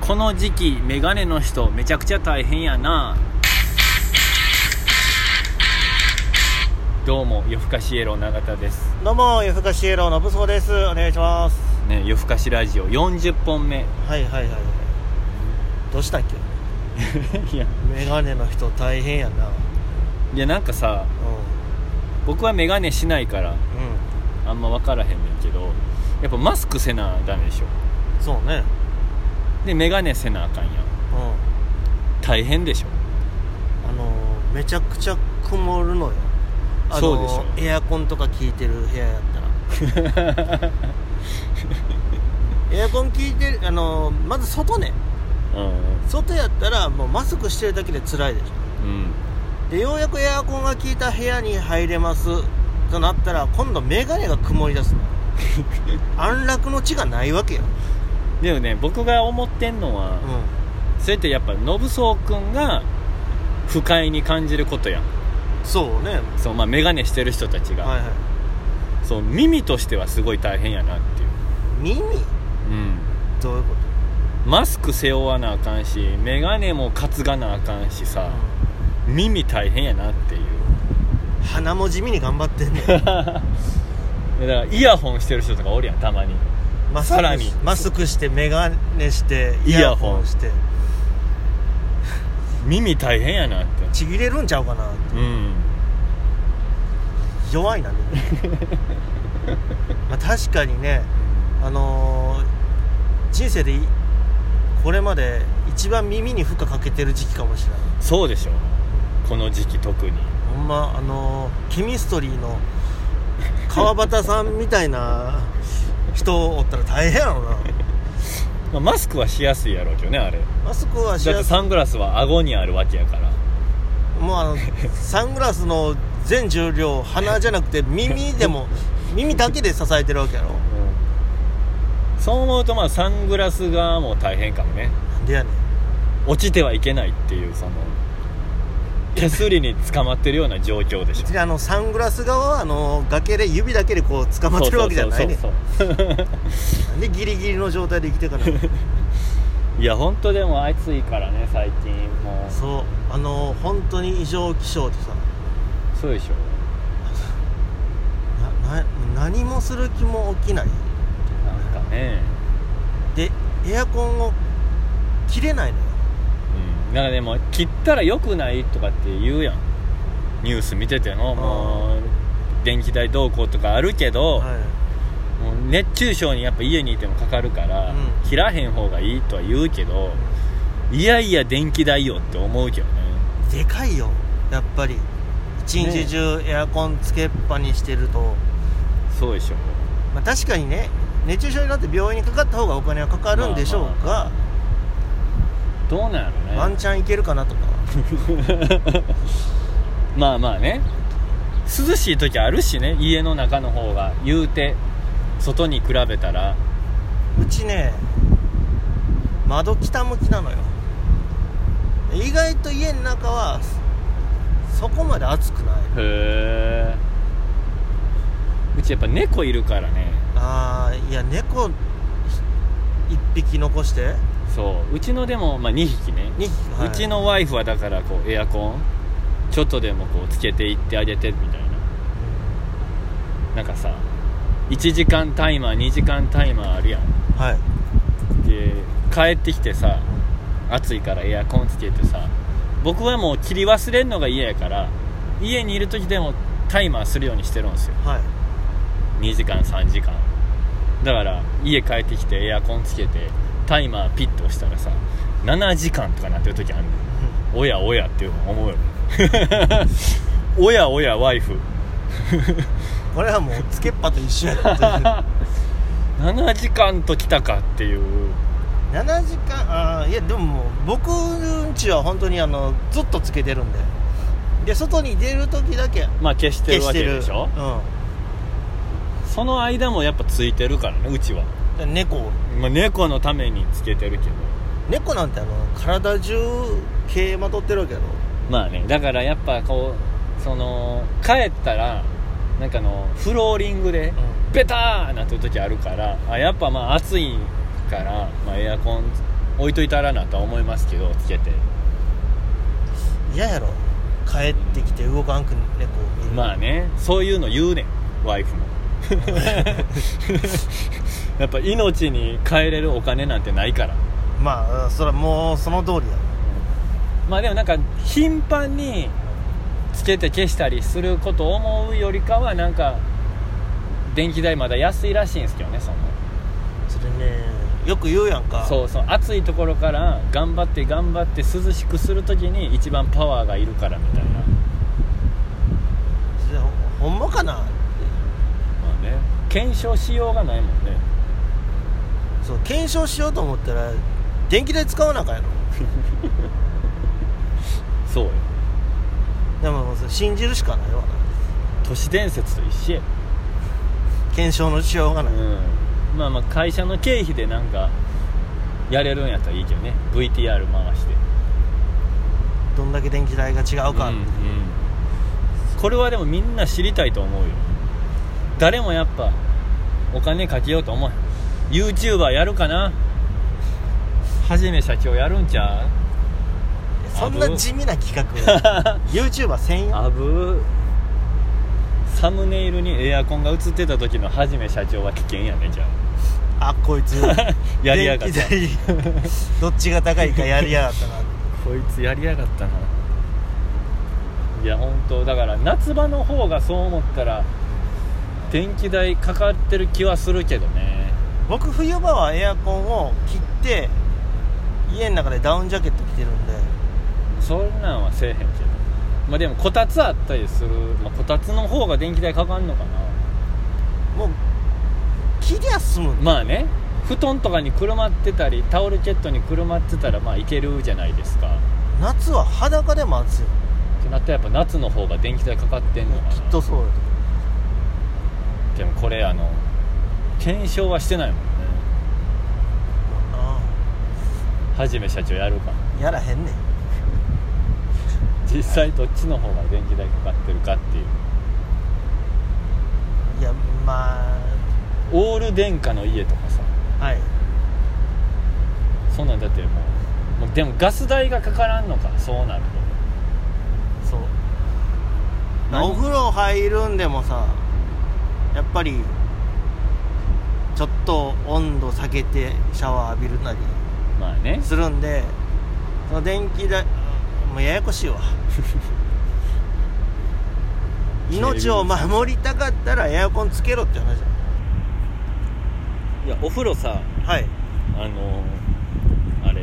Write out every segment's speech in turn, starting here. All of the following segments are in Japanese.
この時期メガネの人めちゃくちゃ大変やなどうも夜更かしイエロー永田ですどうも夜更かしイエローのブソですお願いしますね夜更かしラジオ40本目はいはいはいどうしたっけいやメガネの人大変やなうんいやなんかさ僕はメガネしないからうあんま分からへんねんけどやっぱマスクせなダメでしょんそうねでメガネせなあかんやんうん大変でし ょあのーめちゃくちゃ曇るのよあのーそうでしょエアコンとか効いてる部屋やったらエアコン効いてるあのーまず外ねうん外やったらもうマスクしてるだけで辛いでしょうんでようやくエアコンが効いた部屋に入れますとなったら今度メガネが曇り出す の安楽の地がないわけや、でもね僕が思ってんのは、うそれってやっぱ信宗君が不快に感じることやんん、そうねそうまあ眼鏡してる人たちが、はいはいそう耳としてはすごい大変やなっていう、耳うん、どういうこマスク背負わなあかんし眼鏡も担がなあかんしと、さ耳大変やなっていう鼻も地味に頑張って んねだからイヤホンしてる人とかおるやんたまにマスクさらにマスクしてメガネしてイイヤヤホホンンして耳大変やなってちぎれるんちゃうかなうん弱いなみんな まあ確かにねあのー人生でいこれまで一番耳に負荷かけてる時期かもしれないそうでしょこの時期特にほんまあのーケミストリーの川端さんみたいな人おったら大変やろなまあマスクはしやすいやろうけどねあれマスクはしだっやてすサングラスは顎にあるわけやからもうあ のサングラスの全重量鼻じゃなくて耳 でも耳だけで支えてるわけやろそう思うとまあサングラスがもう大変かもねなんでやねん落ちてはいけないっていうその手すりに捕まってるような状況でしょ別にあのサングラス側はあの崖で指だけでこう 捕まってるわけじゃないねんそうそうそうそうなんでギリギリの状態で生きていか ないいや本当でも暑いからね最近もうそそうあの本当に異常気象ってさうでしょなな何もする気も起きないなんかねでエアコンを切れないのようんなんかでも切ったら良くないとかって言うやんニュース見ててのもう電気代どうこうとかあるけど、はいもう熱中症にやっぱ家にいてもかかるから、うん切らへん方がいいとは言うけどいやいや電気代よって思うけどねでかいよやっぱり一日中エアコンつけっぱにしてると、そうでしょまあ、確かにね熱中症になって病院にかかった方がお金はかかるんでしょうが、まどうなんやろねワンチャンいけるか なとかまあまあね涼しい時あるしね家の中の方が言うて外に比べたらうちね窓北向きなのよ意外と家の中はそこまで暑くないへえうちやっぱ猫いるからねあーいや猫一匹残してそううちのでも、まあ、2匹ね2匹、はいうちのワイフはだからこうエアコンちょっとでもこうつけていってあげてみたいななんかさ1時間タイマー2時間タイマーあるやんはいで帰ってきてさ暑いからエアコンつけてさ僕はもう切り忘れんのが嫌やから家にいる時でもタイマーするようにしてるんですよはい2時間3時間だから家帰ってきてエアコンつけてタイマーピッと押したらさ7時間とかなってる時あんねんおやおやって思うよね おやおやワイフこれはもうつけっぱと一緒やな7時間と来たかっていう7時間あーいやでももう僕んちは本当にあのずっとつけてるんでで外に出る時だけまあ消して消るわしてけるでしょうその間もやっぱついてるからねうちは、んで猫をまあ、猫のためにつけてるけど猫なんてあの体中毛まとってるわけやろまあねだからやっぱこうその帰ったらなんかあのフローリングでベターなってる時あるからあやっぱまあ暑いから、まあ、エアコン置いといたらなとは思いますけどつけて嫌やろ帰ってきて動かんく猫を見るまあねそういうの言うねんワイフも やっぱ命に変えれるお金なんてないからまあそれはもうその通りやまあでもなんか頻繁につけて消したりすることを思うよりかはなんか電気代まだ安いらしいんですけどねそのそれねよく言うやんかそうそう暑いところから頑張って頑張って涼しくするときに一番パワーがいるからみたいなそれほほんまかなまあね検証しようがないもんねそう検証しようと思ったら電気代使わなあかんやろそうよでももうそれ信じるしかないわな都市伝説と一緒や検証のしようがない、うんまあまあ会社の経費でなんかやれるんやったらいいけどね VTR 回してどんだけ電気代が違うか、うんうんこれはでもみんな知りたいと思うよ誰もやっぱお金かけようと思う YouTuber やるかなはじめ社長やるんちゃうそんな地味な企画 YouTuber 専用あぶーサムネイルにエアコンが映ってた時のはじめ社長は危険やねじゃあこいつあ やりやがった電気代 どっちが高いかやりやがったなこいつやりやがったないや本当だから夏場の方がそう思ったら電気代かかってる気はするけどね僕冬場はエアコンを切って家の中でダウンジャケット着てるんでそんなんはせえへんけどまあでもこたつあったりする、まあ、こたつの方が電気代かかんのかなもう切りゃ済むんでまあね布団とかにくるまってたりタオルケットにくるまってたらまあいけるじゃないですか夏は裸でも暑いよってなったらやっぱ夏の方が電気代かかってんのかなきっとそうだでもこれあの検証はしてないもんねと思うなはじめ社長やるかやらへんねん実際どっちの方が電気代かかってるかっていういやまオール電化の家とかさあはいそんなんだってもうもうでもガス代がかからんのかそうなるそう何お風呂入るんでもさやっぱりちょっと温度下げてシャワー浴びるなりとまあねするんでその電気代もうややこ しいわ命を守りたかったらエアコンつけろって話だいやお風呂さはいあのあれ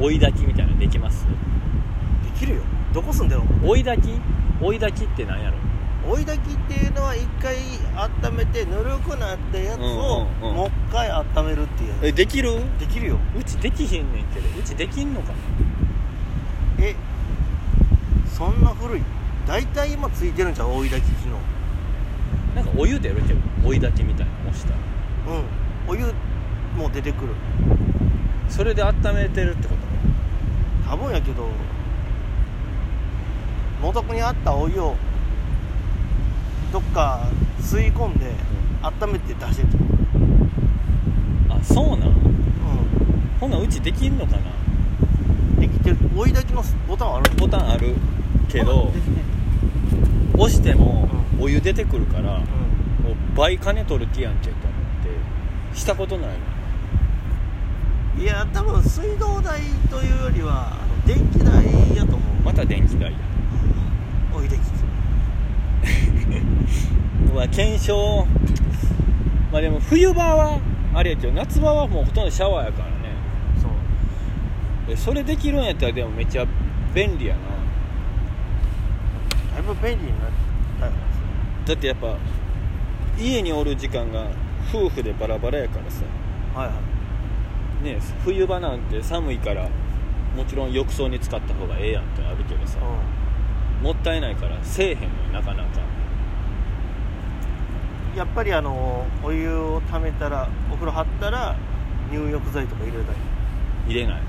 追い炊きみたいなのできますできるよどこ住んでるの追い炊き追い炊きってなんやろ追い炊きっていうのは一回温めてぬるくなったやつをうんうんうんもう一回温めるっていうえできるできるようちできひんねんけどうちできんのかなえそんな古い大体今ついてるんじゃう追い炊き機能なんかお湯出るけど追い炊きみたいなの押したらうんお湯もう出てくるそれで温めてるってこと多分やけど元にあったお湯をどっか吸い込んで温めて出してんじゃん、あそうなんう、ほなうちできんのかなんできてる追い炊きのボタンあるボタンあるけうどんできてる押してもうお湯出てくるからもうんう倍金取る気やんけと思ってしたことないいや多分水道代というよりはあの電気代やと思う、また電気代やおいできうわ検証まあでも冬場はあれやけど夏場はもうほとんどシャワーやからねそうえそれできるんやったらでもめっちゃ便利やなだいぶ便利になったよだってやっぱ家におる時間が夫婦でバラバラやからさはいはいね冬場なんて寒いからもちろん浴槽に使った方がええやんってあるけどさうもったいないからせえへんのよなかなかんやっぱりあのお湯をためたらお風呂張ったら入浴剤とか入れたり入れない ね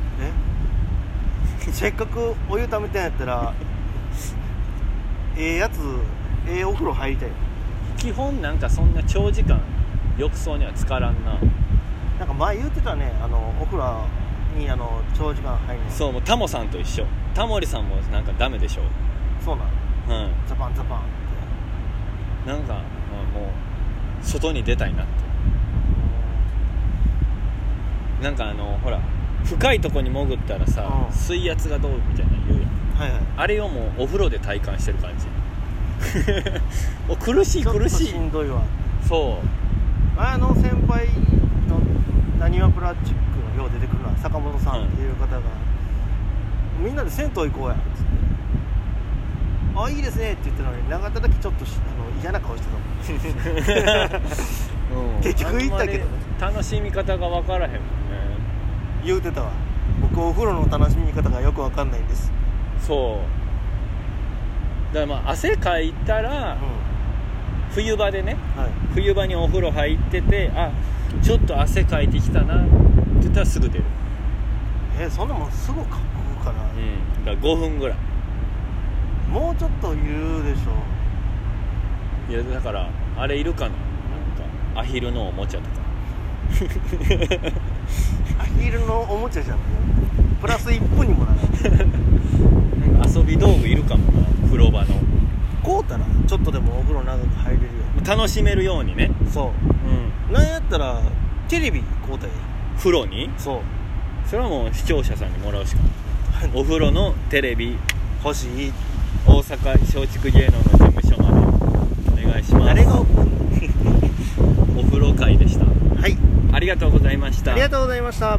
せっかくお湯ためたんやったらええやつええお風呂入りたいよ基本なんかそんな長時間浴槽には浸からんななんか前言ってたねあのお風呂にあの長時間入るのそうもうタモさんと一緒タモリさんもなんかダメでしょそうなのうんザパンザパンってなんか、まあもう外に出たいなってなんかあのほら深いとこに潜ったらさ、うん水圧がどうみたいなの言うやんはいはいあれをもうお風呂で体感してる 感じもう苦しいちょっと苦しいしんどいわそうあの先輩のなにわプラスチックのよう出てくるのは坂本さんっていう方が、みんなで銭湯行こうやっつって「あいいですね」って言ったのに長田だけちょっとしあの嫌な顔してたもんうん結局行ったけどねあんまり楽しみ方が分からへんもんね言うてたわ僕お風呂の楽しみ方がよくわかんないんです、そうだからまあ汗かいたうんら冬場でねはい、冬場にお風呂入っててあちょっと汗かいてきたなって言ったらすぐ出るえそんなもんすぐ書くから、うんだから5分ぐらいもうちょっと言うでしょいやだからあれいるかななんかアヒルのおもちゃとかアヒルのおもちゃじゃんプラス1分にも ならないなんか遊び道具いるかもな風呂場のこうたらちょっとでもお風呂長く入れるよ楽しめるようにね、そううん、なんやったらテレビ交代風呂にそうそれはもう視聴者さんにもらうしかないお風呂のテレビ欲しい大阪松竹芸能の事務所までお願いします誰が送 るお風呂会でしたのはいありがとうございましたありがとうございました